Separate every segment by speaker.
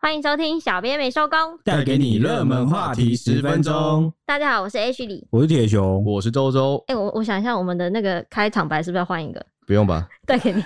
Speaker 1: 欢迎收听《小编没收工》。
Speaker 2: 带给你热门话题十分钟。
Speaker 1: 大家好，我是 H 李。
Speaker 2: 我是铁熊，
Speaker 3: 我是周周，
Speaker 1: 哎、我我想一下，我们的那个开场白是不是要换一个？
Speaker 3: 不用吧？
Speaker 1: 带给你。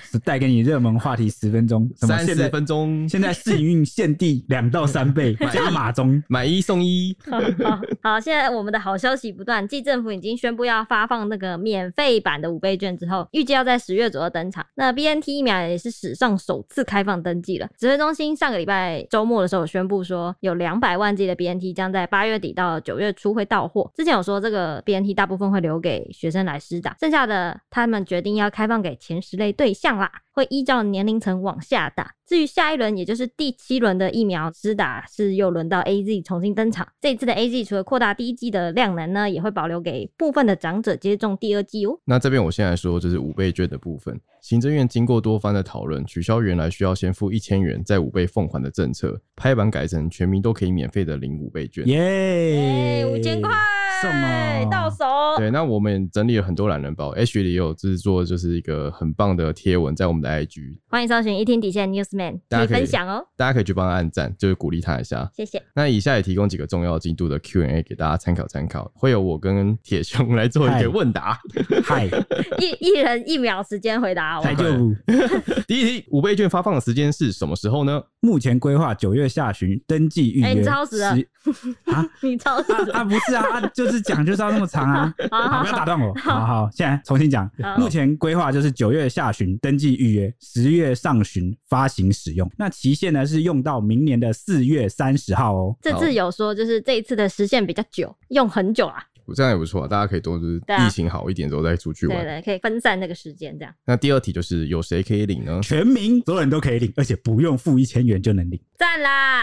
Speaker 2: 是带给你热门话题十分钟。什么
Speaker 3: 三
Speaker 2: 现在
Speaker 3: 十分钟
Speaker 2: 现在试营运限地两到三倍，
Speaker 3: 买一
Speaker 2: 加码中。
Speaker 3: 买一送一，
Speaker 1: 好好好，现在我们的好消息不断。继政府已经宣布要发放那个免费版的五倍券之后，预计要在十月左右登场。那 B N T 疫苗也是史上首次开放登记了。指挥中心上个礼拜周末的时候有宣布说，有两百万剂的 B N T 将在八月底到九月初会到货。之前有说这个呃 B N T 大部分会留给学生来施打，剩下的他们决定要开放给前十类对象啦。会依照年龄层往下打。至于下一轮，也就是第七轮的疫苗施打，是又轮到 A Z 重新登场。这一次的 A Z 除了扩大第一季的量能呢，也会保留给部分的长者接种第二季哦。
Speaker 3: 那这边我先来说，就是五倍券的部分。行政院经过多番的讨论，取消原来需要先付一千元再五倍奉还的政策，拍板改成全民都可以免费的领五倍券。
Speaker 2: 耶
Speaker 1: 哎，五千块
Speaker 2: 送哦，
Speaker 1: 到手。
Speaker 3: 对，那我们整理了很多懒人包，H 里也有制作，就是一个很棒的贴文，在我们的 IG，
Speaker 1: 欢迎搜寻一听底线 Newsman，
Speaker 3: 大
Speaker 1: 可以
Speaker 3: 家可以
Speaker 1: 分享哦，
Speaker 3: 大家可以去帮他按赞，就是鼓励他一下。
Speaker 1: 谢谢。
Speaker 3: 那以下也提供几个重要进度的 Q&A 给大家参考参考，会有我跟铁兄来做一
Speaker 2: 嗨
Speaker 3: 个问答。
Speaker 2: 嗨，
Speaker 1: 一一人一秒时间回答哦
Speaker 2: 台
Speaker 1: 我。
Speaker 2: 就五
Speaker 3: 第一题，五倍券发放的时间是什么时候呢？
Speaker 2: 目前规划九月下旬登记预
Speaker 1: 哎
Speaker 2: 约。
Speaker 1: 你超时了
Speaker 2: 十啊
Speaker 1: 你超时
Speaker 2: 啊啊！不是啊啊，就是讲就是要那么长啊。
Speaker 1: 好好
Speaker 2: 好，
Speaker 1: 好
Speaker 2: 不要打断我。好好，现在重新讲
Speaker 1: 好。
Speaker 2: 目前规划就是九月下旬登记预约，十月上旬发行使用。那期限呢是用到明年的四月三十号哦。
Speaker 1: 这次有说，就是这一次的时限比较久，用很久啦。
Speaker 3: 这样也不错啊，大家可以多就是
Speaker 1: 对啊
Speaker 3: 疫情好一点之后再出去
Speaker 1: 对
Speaker 3: 玩。
Speaker 1: 对，可以分散那个时间这样。
Speaker 3: 那第二题就是有谁可以领呢？
Speaker 2: 全民所有人都可以领，而且不用付一千元就能领。
Speaker 1: 赞啦！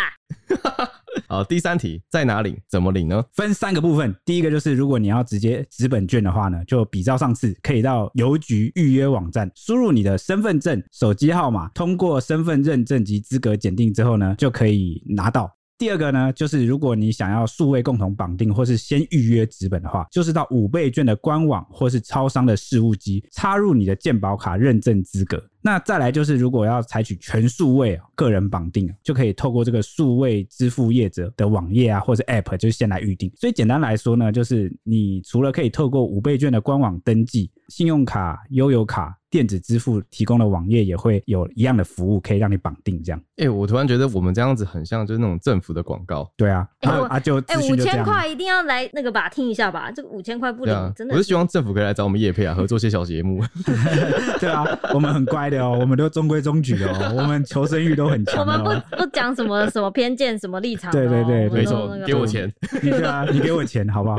Speaker 3: 好，第三题在哪领？怎么领呢？
Speaker 2: 分三个部分，第一个就是如果你要直接纸本券的话呢，就比照上次，可以到邮局预约网站，输入你的身份证、手机号码，通过身份认证及资格检定之后呢，就可以拿到。第二个呢，就是如果你想要数位共同绑定或是先预约纸本的话，就是到五倍券的官网或是超商的事务机插入你的健保卡认证资格。那再来就是，如果要采取全数位啊个人绑定啊，就可以透过这个数位支付业者的网页啊，或者 App，就是先来预定。所以简单来说呢，就是你除了可以透过五倍券的官网登记，信用卡、悠游卡、电子支付提供的网页也会有一样的服务，可以让你绑定这样。
Speaker 3: 哎、我突然觉得我们这样子很像就是那种政府的广告。
Speaker 2: 对啊，
Speaker 1: 哎
Speaker 2: 啊
Speaker 1: 我
Speaker 2: 啊就
Speaker 1: 哎、
Speaker 2: 资
Speaker 1: 五
Speaker 2: 讯就这
Speaker 1: 千
Speaker 2: 样啊。
Speaker 1: 块一定要来那个吧，听一下吧。这个五千块不
Speaker 3: 对
Speaker 1: 领，
Speaker 3: 啊
Speaker 1: 真，的
Speaker 3: 我是希望政府可以来找我们叶配啊，合作一些小节 目。
Speaker 2: 对啊，我们很乖的哦，我们都中规中矩哦， 我们求生欲都很
Speaker 1: 我
Speaker 3: 啊
Speaker 2: 强
Speaker 1: 们
Speaker 2: 的哦。
Speaker 1: 不不讲什么什么偏见、什么立场的哦、
Speaker 2: 对对对
Speaker 1: 我们
Speaker 3: 没
Speaker 1: 都
Speaker 3: 错
Speaker 1: 那个，
Speaker 3: 给我钱。
Speaker 2: 你对啊，你给我钱好不 好？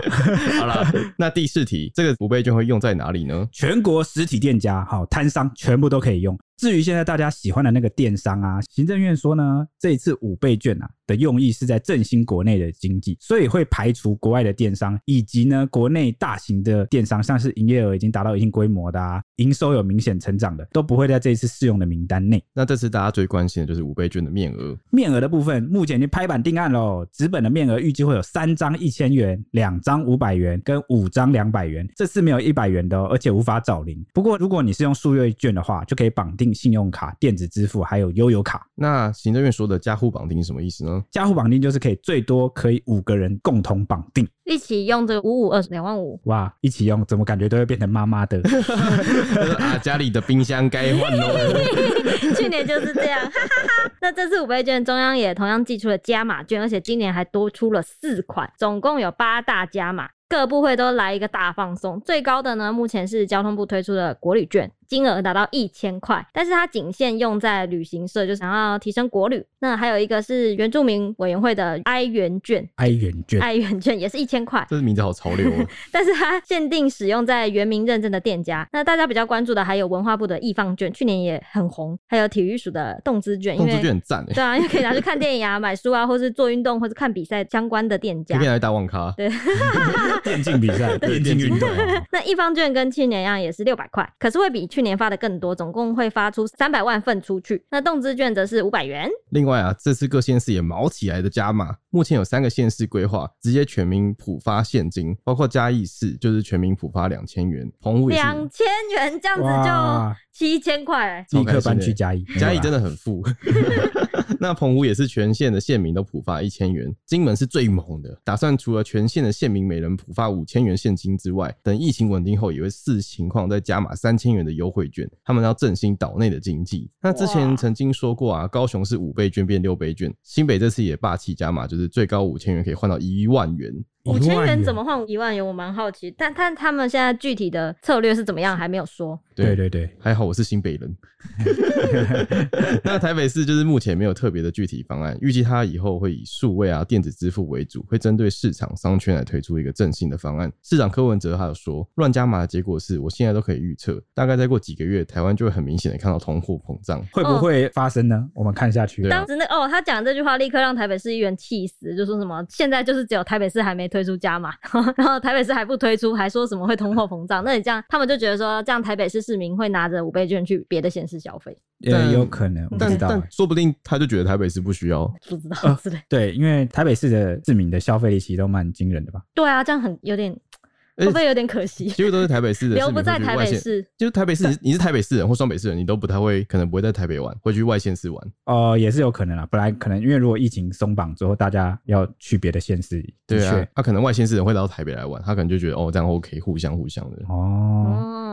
Speaker 3: 好了，那第四题，这个五倍券会用在哪里呢？
Speaker 2: 全国实体店家、好摊商全部都可以用。至于现在大家喜欢的那个电商啊，行政院说呢，这一次五倍券啊的用意是在振兴国内的经济，所以会排除国外的电商，以及呢国内大型的电商，像是营业额已经达到一定规模的啊，营收有明显成长的，都不会在这一次适用的名单内。
Speaker 3: 那这次大家最关心的就是五倍券的面额。
Speaker 2: 面额的部分，目前已经拍板定案喽。纸本的面额预计会有三张一千元、两张五百元跟五张两百元，这次没有一百元的哦，而且无法找零。不过如果你是用数月券的话，就可以绑定信用卡、电子支付还有悠游卡。
Speaker 3: 那行政院说的加户绑定是什么意思呢？
Speaker 2: 加户绑定就是可以最多可以五个人共同绑定，
Speaker 1: 一起用这个五五二两万五。
Speaker 2: 哇，一起用怎么感觉都会变成妈妈的？
Speaker 3: 就是啊，家里的冰箱该换喽。
Speaker 1: 去年就是这样，哈哈哈。那这次五倍券，中央也同样寄出了加码券，而且今年还多出了四款，总共有八大加码。各部会都来一个大放松，最高的呢，目前是交通部推出的国旅券，金额达到一千块，但是它仅限用在旅行社，就想要提升国旅。那还有一个是原住民委员会的哀元券，
Speaker 2: 哀元券，
Speaker 1: 哀元券也是一千块，
Speaker 3: 这名字好潮流哦。
Speaker 1: 但是它限定使用在原名认证的店家。 那大家比较关注的还有文化部的易放券，去年也很红，还有体育署的动资券，因
Speaker 3: 动
Speaker 1: 为
Speaker 3: 资券很赞哎，
Speaker 1: 对啊，因为可以拿去看电影啊、买书啊，或是做运动，或是看比赛相关的店
Speaker 3: 可
Speaker 1: 家
Speaker 3: 以。拿来打网咖。
Speaker 2: 电竞比赛、电竞运动。啊
Speaker 1: 那一方券跟去年一样也是六百块，可是会比去年发的更多，总共会发出三百万份出去。那动资券则是五百元。
Speaker 3: 另外啊，这次各县市也毛起来的加码，目前有三个县市规划直接全民普发现金，包括嘉义市就是全民普发两千元，澎湖也
Speaker 1: 两
Speaker 3: 是，
Speaker 1: 千元这样子就
Speaker 2: 哇
Speaker 1: 七千块，
Speaker 3: 欸
Speaker 2: 立刻搬去嘉义，
Speaker 3: 嘉义真
Speaker 2: 的
Speaker 3: 的很富。 那澎湖也是全县的县民都普发一千元，金门是最猛的，打算除了全县的县民每人普发五千元现金之外，等疫情稳定后，也会视情况再加码三千元的优惠券，他们要振兴岛内的经济。那之前
Speaker 1: 哇
Speaker 3: 曾经说过啊，高雄是五倍券变六倍券，新北这次也霸气加码，就是最高五千元可以换到一万元。
Speaker 1: 五千
Speaker 2: 一万
Speaker 1: 元怎么换一万元？我蛮好奇，但但他们现在具体的策略是怎么样还没有说。
Speaker 2: 对对对，
Speaker 3: 还好我是新北 人。那台北市就是目前没有特别的具体方案，预计它以后会以数位啊、电子支付为主，会针对市场商圈来推出一个振兴的方案。市长柯文哲还有说，乱加码的结果是我现在都可以预测，大概再过几个月，台湾就会很明显的看到通货膨胀。
Speaker 2: 会不会发生呢？我们看下去。
Speaker 3: 哦对啊
Speaker 1: 当时那哦，他讲这句话立刻让台北市议员气死，就说什么现在就是只有台北市还没推出加码， 然后台北市还不推出，还说什么会通货膨胀。那你这样，他们就觉得说这样台北市市民会拿着五倍券去别的县市消费，
Speaker 2: 呃，
Speaker 3: 但
Speaker 2: 有可能，我不知
Speaker 3: 但
Speaker 2: 道欸。
Speaker 3: 但说不定他就觉得台北市不需要，
Speaker 1: 不知道
Speaker 2: 呃
Speaker 1: 之类。
Speaker 2: 对，因为台北市的市民的消费力其实都蛮惊人的吧？
Speaker 1: 对啊，这样很有点，
Speaker 3: 而且
Speaker 1: 会不会有点可惜？
Speaker 3: 结果都是台北市的市
Speaker 1: 留
Speaker 3: 民
Speaker 1: 不
Speaker 3: 会
Speaker 1: 在
Speaker 3: 去
Speaker 1: 台
Speaker 3: 外
Speaker 1: 北
Speaker 3: 县，
Speaker 1: 市，
Speaker 3: 就是台北市，你是台北市人或双北市人，你都不太会，可能不会在台北玩，会去外县市玩。
Speaker 2: 呃，也是有可能啦。本来可能因为如果疫情松绑之后，大家要去别的县市，的
Speaker 3: 对
Speaker 2: 确
Speaker 3: 啊，，他可能外县市人会来到台北来玩，他可能就觉得哦，这样 OK，互相互相的。
Speaker 2: 哦。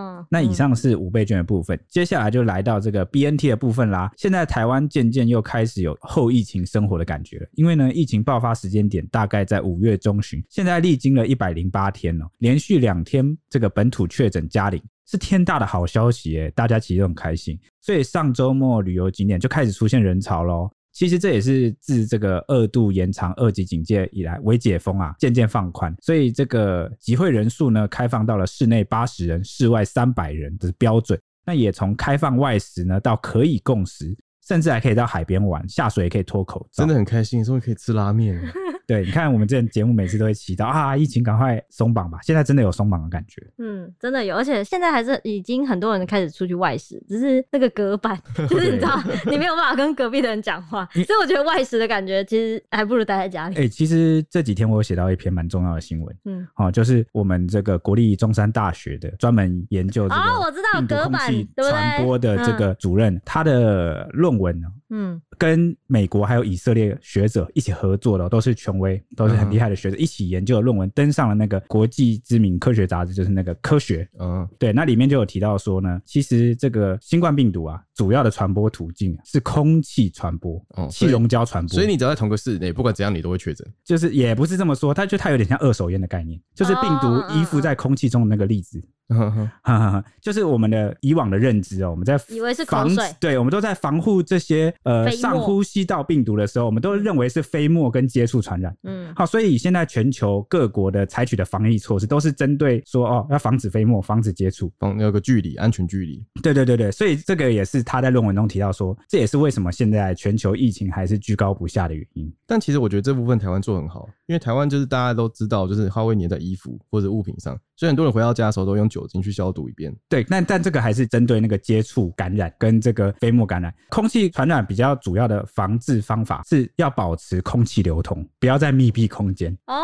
Speaker 1: 哦，
Speaker 2: 那以
Speaker 1: 嗯
Speaker 2: 上是五倍券的部分，接下来就来到这个 BNT 的部分啦。现在台湾渐渐又开始有后疫情生活的感觉了，因为呢，疫情爆发时间点大概在五月中旬，现在历经了一百零八天哦，连续两天这个本土确诊加零，是天大的好消息耶，大家其实都很开心。所以上周末旅游景点就开始出现人潮喽。其实这也是自这个二度延长二级警戒以来，微解封啊，渐渐放宽，所以这个集会人数呢，开放到了室内八十人、室外三百人的标准。那也从开放外食呢，到可以共食，甚至还可以到海边玩，下水也可以脱口罩。
Speaker 3: 真的很开心，终于可以吃拉面了。
Speaker 2: 对，你看我们这节目每次都会提到啊，疫情赶快松绑吧，现在真的有松绑的感觉。
Speaker 1: 嗯，真的有，而且现在还是已经很多人开始出去外食，只是那个隔板， 就是你知道，你没有办法跟隔壁的人讲话，所以我觉得外食的感觉其实还不如待在家里。
Speaker 2: 哎、其实这几天我有写到一篇蛮重要的新闻，
Speaker 1: 嗯，
Speaker 2: 哦，就是我们这个国立中山大学的专门研究这
Speaker 1: 哦，我知
Speaker 2: 个
Speaker 1: 道
Speaker 2: 病毒
Speaker 1: 隔
Speaker 2: 空
Speaker 1: 板，对
Speaker 2: 气
Speaker 1: 不对？
Speaker 2: 传播的这个主任，他的论文呢，
Speaker 1: 嗯，
Speaker 2: 跟美国还有以色列学者一起合作的哦，都是权威，都
Speaker 1: 嗯
Speaker 2: 是很厉害的学者，一起研究的论文登上了那个国际知名科学杂志，就是那个《科学》。
Speaker 3: 嗯，
Speaker 2: 对，那里面就有提到说呢，其实这个新冠病毒啊，主要的传播途径啊是空气传播、
Speaker 3: 哦
Speaker 2: 气
Speaker 3: 所以
Speaker 2: 溶胶传播。
Speaker 3: 所以你只要在同个室内，不管怎样，你都会确诊。
Speaker 2: 就是也不是这么说，它就它有点像二手烟的概念，就是病毒
Speaker 1: 哦
Speaker 2: 依附在空气中的那个粒子。哈哈哈， 就是我们的以往的认知哦，我们在
Speaker 1: 以为是口
Speaker 2: 防
Speaker 1: 水
Speaker 2: 对，我们都在防护这些呃
Speaker 1: 飞沫
Speaker 2: 上呼吸道病毒的时候，我们都认为是飞沫跟接触传染。
Speaker 1: 嗯，
Speaker 2: 好，所以现在全球各国的采取的防疫措施都是针对说哦，要防止飞沫，防止接触。
Speaker 3: 放有个距离，安全距离。
Speaker 2: 对对对对，所以这个也是他在论文中提到说，这也是为什么现在全球疫情还是居高不下的原因。
Speaker 3: 但其实我觉得这部分台湾做得很好，因为台湾就是大家都知道，就是它会粘在衣服或者物品上，所以很多人回到家的时候都用酒精去消毒一遍。
Speaker 2: 对，那但这个还是针对那个接触感染跟这个飞沫感染，空气传染比较主要的防治方法是要保持空气流通，不要在密闭空间。
Speaker 1: 哦，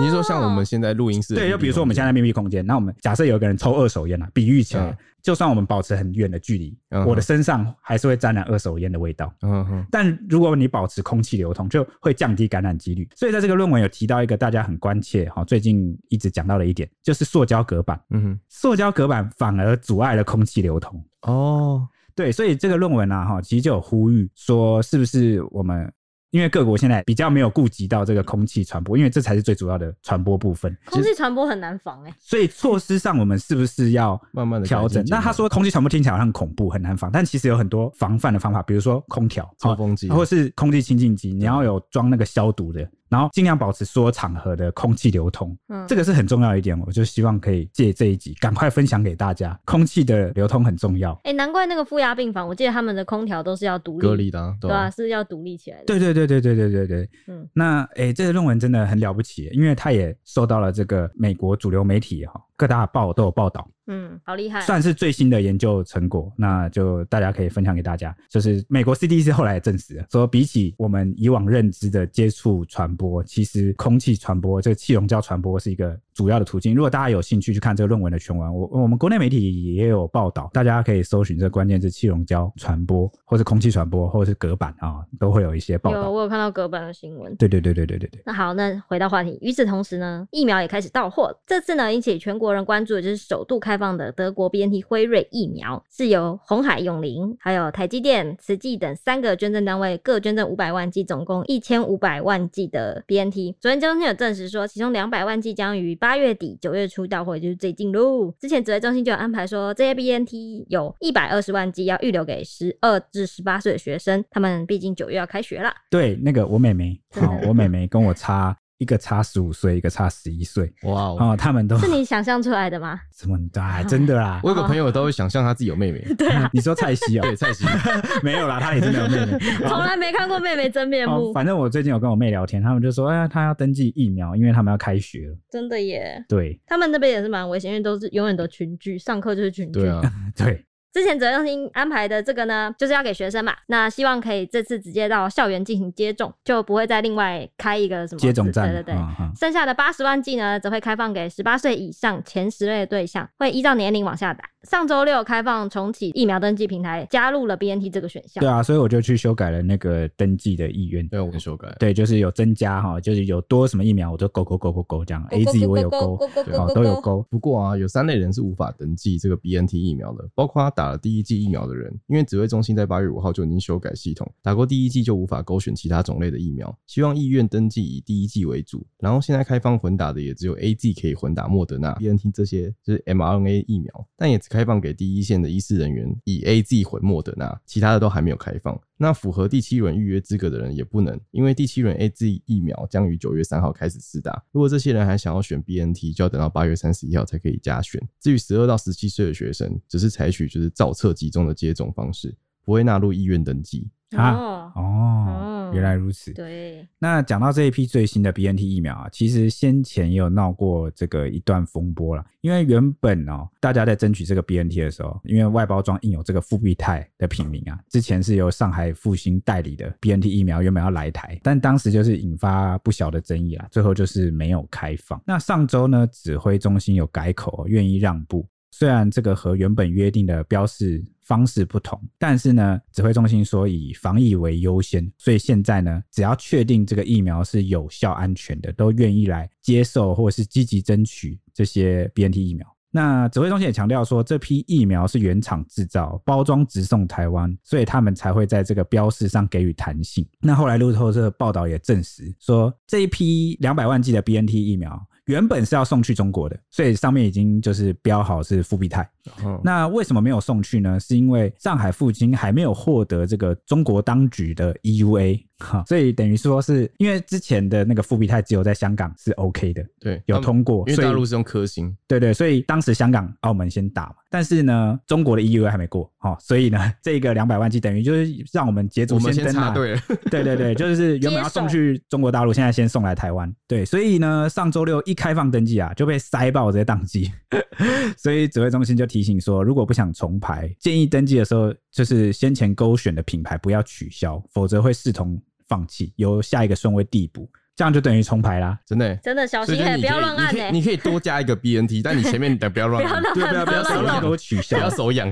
Speaker 3: 你是说像我们现在录音室的
Speaker 2: 对，
Speaker 3: 密闭空间？
Speaker 2: 就比如说我们现在在密闭空间，那我们假设有一个人抽二手烟啊，比喻起来，
Speaker 3: 嗯
Speaker 2: 就算我们保持很远的距离，
Speaker 3: 嗯哼
Speaker 2: 我的身上还是会沾染二手烟的味道。
Speaker 3: 嗯哼，
Speaker 2: 但如果你保持空气流通，就会降低感染几率。所以在这个论文有提到一个大家很关切哈，最近一直讲到的一点，就是塑胶隔板。
Speaker 3: 嗯哼，
Speaker 2: 塑胶隔板反而阻碍了空气流通。
Speaker 3: 哦，
Speaker 2: 对，所以这个论文啊，哈，其实就有呼吁说，是不是我们因为各国现在比较没有顾及到这个空气传播，因为这才是最主要的传播部分，
Speaker 1: 空气传播很难防哎、
Speaker 2: 所以措施上我们是不是要
Speaker 3: 慢慢的
Speaker 2: 调整？那他说空气传播听起来好像很恐怖，很难防，但其实有很多防范的方法，比如说空调、
Speaker 3: 抽
Speaker 2: 哦
Speaker 3: 风机，
Speaker 2: 或是空气清净机，你要有装那个消毒的，然后尽量保持所有场合的空气流通。
Speaker 1: 嗯，
Speaker 2: 这个是很重要的一点，我就希望可以借这一集赶快分享给大家。空气的流通很重要，
Speaker 1: 哎、难怪那个负压病房，我记得他们的空调都是要独立
Speaker 3: 隔离的啊，
Speaker 1: 对
Speaker 3: 对
Speaker 1: 吧、
Speaker 3: 啊
Speaker 1: 是要独立起来的。
Speaker 2: 对对对对对对对对，嗯
Speaker 1: 嗯，
Speaker 2: 那诶、这个论文真的很了不起，因为它也受到了这个美国主流媒体哈各大报都有报道，
Speaker 1: 嗯，好厉害啊，
Speaker 2: 算是最新的研究成果，那就大家可以分享给大家。就是美国 CDC 后来也证实了，说比起我们以往认知的接触传播，其实空气传播这个气溶胶传播是一个主要的途径。如果大家有兴趣去看这个论文的全文，我我们国内媒体也有报道，大家可以搜寻这个关键字气溶胶传播，或是空气传播，或是隔板啊、都会有一些报
Speaker 1: 有，
Speaker 2: 道。
Speaker 1: 我有看到隔板的新闻。
Speaker 2: 对对对对对对对，
Speaker 1: 那好，那回到话题。与此同时呢，疫苗也开始到货了。这次呢，引起全国人关注的就是首度开放的德国 BNT 辉瑞疫苗，是由红海、永林、还有台积电、慈济等三个捐赠单位各捐赠五百万剂，总共一千五百万剂的 BNT。昨天中心有证实说，其中两百万剂将于八月底、九月初到货，也就是最近喽。之前指挥中心就有安排说，这些 BNT 有一百二十万剂要预留给十二至十八岁的学生，他们毕竟九月要开学啦。
Speaker 2: 对那个我妹 妹，
Speaker 1: 真的
Speaker 2: 好、我妹妹跟我差一个差十五岁，一个差十一岁，
Speaker 3: 哇哦！
Speaker 2: 哦，他们都
Speaker 1: 是你想象出来的吗？
Speaker 2: 这么大，真的啦
Speaker 3: 我。有个朋友都会想象他自己有妹妹，
Speaker 1: 对啊，
Speaker 2: 你说蔡西哦、
Speaker 3: 对蔡西，
Speaker 2: 没有啦，她也真的有妹 妹。
Speaker 1: 从来没看过妹妹真面
Speaker 2: 哦
Speaker 1: 目，，
Speaker 2: 反正我最近有跟我妹聊天，他们就说，哎呀，她要登记疫苗，因为他们要开学了。
Speaker 1: 真的耶。
Speaker 2: 对
Speaker 1: 他们那边也是蛮危险，因为都是永远都群聚，上课就是群聚。
Speaker 3: 对啊，
Speaker 2: 对，
Speaker 1: 之前责任心安排的这个呢，就是要给学生嘛，那希望可以这次直接到校园进行接种，就不会再另外开一个什么
Speaker 2: 接种站，
Speaker 1: 对对对。
Speaker 3: 啊
Speaker 2: 嗯嗯
Speaker 1: 剩下的八十万剂呢，则会开放给十八岁以上前十类的对象，会依照年龄往下打。上周六开放重启疫苗登记平台，加入了 BNT 这个选项
Speaker 2: 对。啊，所以我就去修改了那个登记的意愿。
Speaker 3: 对我修改。
Speaker 2: 对，就是有增加哈，就是有多什么疫苗，我就勾勾勾勾勾这样，A
Speaker 3: 啊
Speaker 2: Z 我有勾，
Speaker 1: 勾勾勾
Speaker 2: 哦
Speaker 1: 勾
Speaker 2: 都有
Speaker 1: 勾勾，
Speaker 2: 勾，
Speaker 3: 不过啊，有三类人是无法登记这个 BNT 疫苗的，包括打了第一剂疫苗的人，因为指挥中心在八月五号就已经修改系统，打过第一剂就无法勾选其他种类的疫苗。希望意愿登记以第一剂为主，然后现在开放混打的也只有 A Z 可以混打莫德纳、BNT 这些就是 mRNA 疫苗，但也只开放给第一线的医师人员以 A Z 混莫德纳，其他的都还没有开放。那符合第七轮预约资格的人也不能，因为第七轮 A Z 疫苗将于九月三号开始试打。如果这些人还想要选 B N T，就要等到八月三十一号才可以加选。至于十二到十七岁的学生，只是采取就是照册集中的接种方式，不会纳入医院登记。
Speaker 2: 啊
Speaker 1: 哦，
Speaker 2: 哦
Speaker 1: 哦，
Speaker 2: 原来如此。
Speaker 1: 对，
Speaker 2: 那讲到这一批最新的 B N T 疫苗啊，其实先前也有闹过这个一段风波啦。因为原本哦，大家在争取这个 B N T 的时候，因为外包装印有这个复必泰的品名啊，之前是由上海复兴代理的 B N T 疫苗原本要来台，但当时就是引发不小的争议啦，最后就是没有开放。那上周呢，指挥中心有改口、哦，愿意让步，虽然这个和原本约定的标示方式不同，但是呢，指挥中心说以防疫为优先，所以现在呢，只要确定这个疫苗是有效安全的，都愿意来接受或是积极争取这些 BNT 疫苗。那指挥中心也强调说，这批疫苗是原厂制造，包装直送台湾，所以他们才会在这个标示上给予弹性。那后来路透社报道也证实说，这一批两百万剂的 BNT 疫苗原本是要送去中国的，所以上面已经就是标好是复必泰。
Speaker 3: 哦那
Speaker 2: 那为什么没有送去呢？是因为上海复兴还没有获得这个中国当局的 EUA，哈，所以等于说是因为之前的那个复必泰只有在香港是 OK 的，
Speaker 3: 对
Speaker 2: 有
Speaker 3: 他们
Speaker 2: 通过，
Speaker 3: 因为
Speaker 2: 所以
Speaker 3: 大陆是用颗星，
Speaker 2: 对对，所以当时香港、澳门先打嘛，但是呢，中国的 EUA 还没过，哦，所以呢， 这个两百万剂等于就是让我们捷足
Speaker 3: 我们先啊
Speaker 2: 登
Speaker 3: 插
Speaker 2: 啦。
Speaker 3: 队了。
Speaker 2: 对对对，就是原本要送去中国大陆，现在先送来台湾。对，所以呢，上周六一开放登记啊，就被塞爆，直接宕机。 所以指挥中心就提醒说，如果不想重排，建议登记的时候，就是先前勾选的品牌不要取消，否则会视同放弃，由下一个顺位递补，这样就等于重排啦。
Speaker 3: 真的欸、
Speaker 1: 真的小
Speaker 3: 所
Speaker 1: 心
Speaker 3: 以就是
Speaker 1: 哎，
Speaker 3: 你
Speaker 1: 不要
Speaker 3: 可以
Speaker 1: 乱按
Speaker 3: 你可
Speaker 1: 哎
Speaker 3: 以，你可以多加一个 BNT，但你前面的不要乱按，
Speaker 1: 不要乱按
Speaker 3: 对 不要
Speaker 1: 不要
Speaker 3: 手
Speaker 1: 乱按
Speaker 3: 痒，
Speaker 2: 都取
Speaker 3: 不
Speaker 2: 消，
Speaker 3: 要 手痒。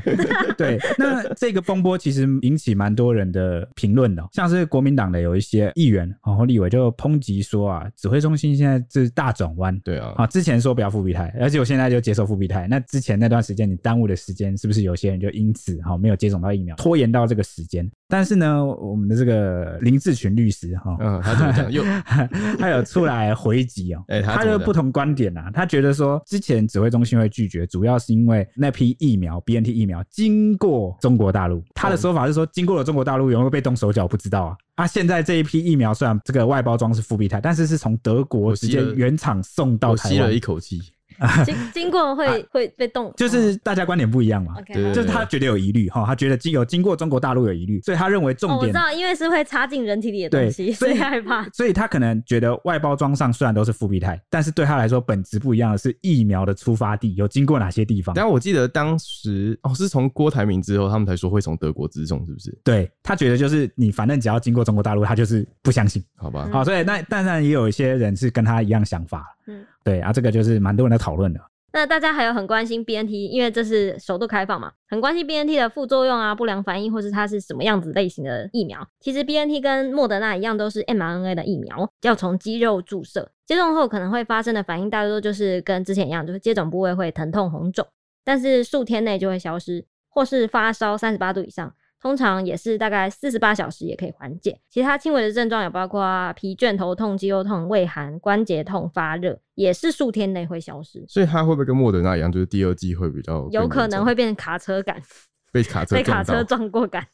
Speaker 2: 对，那这个风波其实引起蛮多人的评论的哦、像是国民党的有一些议员，然后立委就抨击说啊，指挥中心现在是大转弯。
Speaker 3: 对啊，
Speaker 2: 啊，之前说不要复必泰，而且我现在就接受复必泰。那之前那段时间你耽误的时间，是不是有些人就因此哈、没有接种到疫苗，拖延到这个时间？但是呢，我们的这个林志群律师哈、
Speaker 3: 嗯，他怎么讲？又
Speaker 2: 他有出来回击哦，
Speaker 3: 哎他
Speaker 2: 他
Speaker 3: 怎么
Speaker 2: 有
Speaker 3: 讲
Speaker 2: 不同观点啊，他觉得说之前指挥中心会拒绝，主要是因为那批疫苗 B N T 疫苗经过中国大陆，他
Speaker 3: 哦
Speaker 2: 的说法是说经过了中国大陆有没有被动手脚不知道啊。啊，现在这一批疫苗虽然这个外包装是复必泰，但是是从德国
Speaker 3: 我
Speaker 2: 直
Speaker 3: 吸
Speaker 2: 接
Speaker 3: 了
Speaker 2: 原厂送到
Speaker 3: 我
Speaker 2: 台
Speaker 3: 吸了
Speaker 2: 湾
Speaker 3: 一，口气。
Speaker 1: 经经过会会被冻，
Speaker 2: 啊就是大家观点不一样嘛
Speaker 1: 哦。OK，
Speaker 3: 对
Speaker 1: 好
Speaker 2: 就是他觉得有疑虑哈、他觉得经有经过中国大陆有疑虑，所以他认为重
Speaker 1: 哦，我
Speaker 2: 点
Speaker 1: 知道，因为是会插进人体里的
Speaker 2: 对，
Speaker 1: 东西，所以害怕。
Speaker 2: 所以他可能觉得外包装上虽然都是复必泰，但是对他来说本质不一样的是疫苗的出发地有经过哪些地方。
Speaker 3: 但我记得当时哦，是从郭台铭之后，他们才说会从德国直送，是不是？
Speaker 2: 对他觉得就是你反正只要经过中国大陆，他就是不相信。
Speaker 3: 好吧，
Speaker 2: 好，所以那当然也有一些人是跟他一样想法，
Speaker 1: 嗯，
Speaker 2: 对啊，这个就是蛮多人在讨论的。
Speaker 1: 那大家还有很关心 BNT，因为这是首度开放嘛，很关心 BNT 的副作用啊、不良反应，或是它是什么样子类型的疫苗。其实 BNT 跟莫德纳一样，都是 mRNA 的疫苗，要从肌肉注射。接种后可能会发生的反应，大多就是跟之前一样，就是接种部位会疼痛、红肿，但是数天内就会消失，或是发烧三十八度以上，通常也是大概四十八小时也可以缓解。其他轻微的症状也包括啊疲倦、头痛、肌肉痛、畏寒、关节痛、发热，也是数天内会消失。
Speaker 3: 所以它会不会跟莫德纳一样，就是第二季会比
Speaker 2: 哦
Speaker 3: 较
Speaker 1: 有可能
Speaker 3: 会
Speaker 1: 会变成卡车 感，
Speaker 3: 被卡车
Speaker 1: 被卡
Speaker 3: 撞到
Speaker 1: 车撞过感。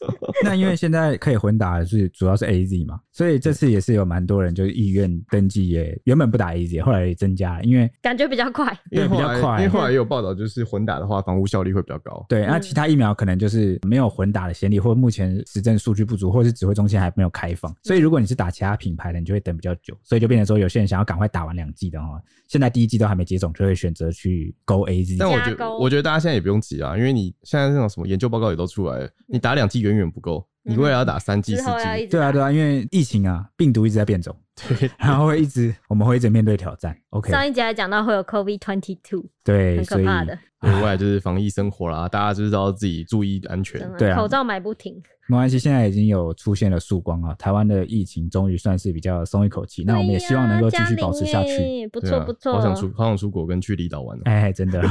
Speaker 2: 那因为现在可以混打的是主要是 A Z 嘛，所以这次也是有蛮多人就是意愿登记也原本不打 A Z，后来也增加了，因为
Speaker 1: 感觉比较快。
Speaker 3: 因为
Speaker 2: 对比
Speaker 3: 后
Speaker 2: 较
Speaker 3: 来
Speaker 2: 快
Speaker 3: 因为后来也有报道，就是混打的话，防护效力会比较高。
Speaker 2: 对，那
Speaker 1: 嗯
Speaker 2: 其他疫苗可能就是没有混打的先例，或目前实证数据不足，或是指挥中心还没有开放，所以
Speaker 3: 嗯
Speaker 2: 如果你是打其他品牌的，你就会等比较久，所以就变成说有些人想要赶快打完两剂的哦，现在第一剂都还没接种，就会选择去勾 A Z。
Speaker 3: 但我
Speaker 1: 加
Speaker 3: 觉得，
Speaker 1: 勾
Speaker 3: 我觉得大家现在也不用急啊，因为你现在那种什么研究报告也都出来了，你打两剂远远不够，你未来要打三剂、
Speaker 1: 嗯之
Speaker 3: 四
Speaker 1: 后要一
Speaker 3: 剂。
Speaker 1: 直
Speaker 2: 对啊，对
Speaker 1: 啊。
Speaker 2: 啊，因为疫情啊，病毒一直在变种，
Speaker 3: 对，
Speaker 2: 然后会一
Speaker 3: 嗯
Speaker 2: 直，我们会一直面对挑战。OK，
Speaker 1: 上一集还讲到会有 COVID twenty two，
Speaker 2: 对，
Speaker 1: 很可
Speaker 2: 所以
Speaker 1: 怕的
Speaker 3: 对未来就是防疫生活啦，大家就是要自己注意安全
Speaker 1: 真。
Speaker 2: 对
Speaker 1: 的
Speaker 2: 啊
Speaker 1: 口罩买不停。
Speaker 2: 没关系，现在已经有出现了曙光啊，台湾的疫情终于算是比较松一口气，那我们也希望能够继续保持下去。
Speaker 1: 去。不
Speaker 3: 对
Speaker 1: 错
Speaker 3: 啊
Speaker 1: 不错，
Speaker 3: 好想出，好想出国跟去离岛玩哦。
Speaker 2: 哎，真的。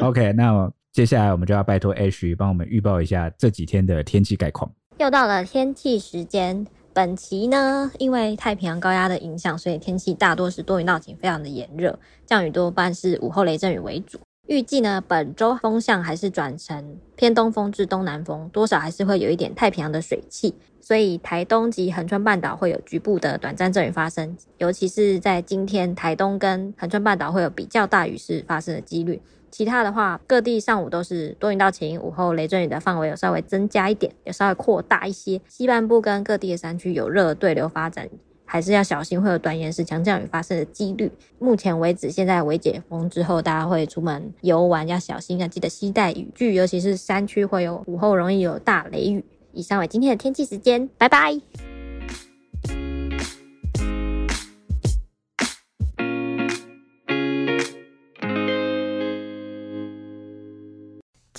Speaker 2: OK，那接下来我们就要拜托 H 帮我们预报一下这几天的天气概况。
Speaker 4: 又到了天气时间，本期呢，因为太平洋高压的影响，所以天气大多是多云到晴，非常的炎热，降雨多半是午后雷阵雨为主。预计呢，本周风向还是转成偏东风至东南风，多少还是会有一点太平洋的水汽，所以台东及恒春半岛会有局部的短暂阵雨发生，尤其是在今天，台东跟恒春半岛会有比较大雨势发生的几率。其他的话，各地上午都是多云到晴，午后雷阵雨的范围有稍微增加一点，有稍微扩大一些。西半部跟各地的山区有热对流发展，还是要小心会有短延时强降雨发生的几率。目前为止，现在微解封之后，大家会出门游玩要小心啊，记得携带雨具，尤其是山区会有午后容易有大雷雨。以上为今天的天气时间，拜拜。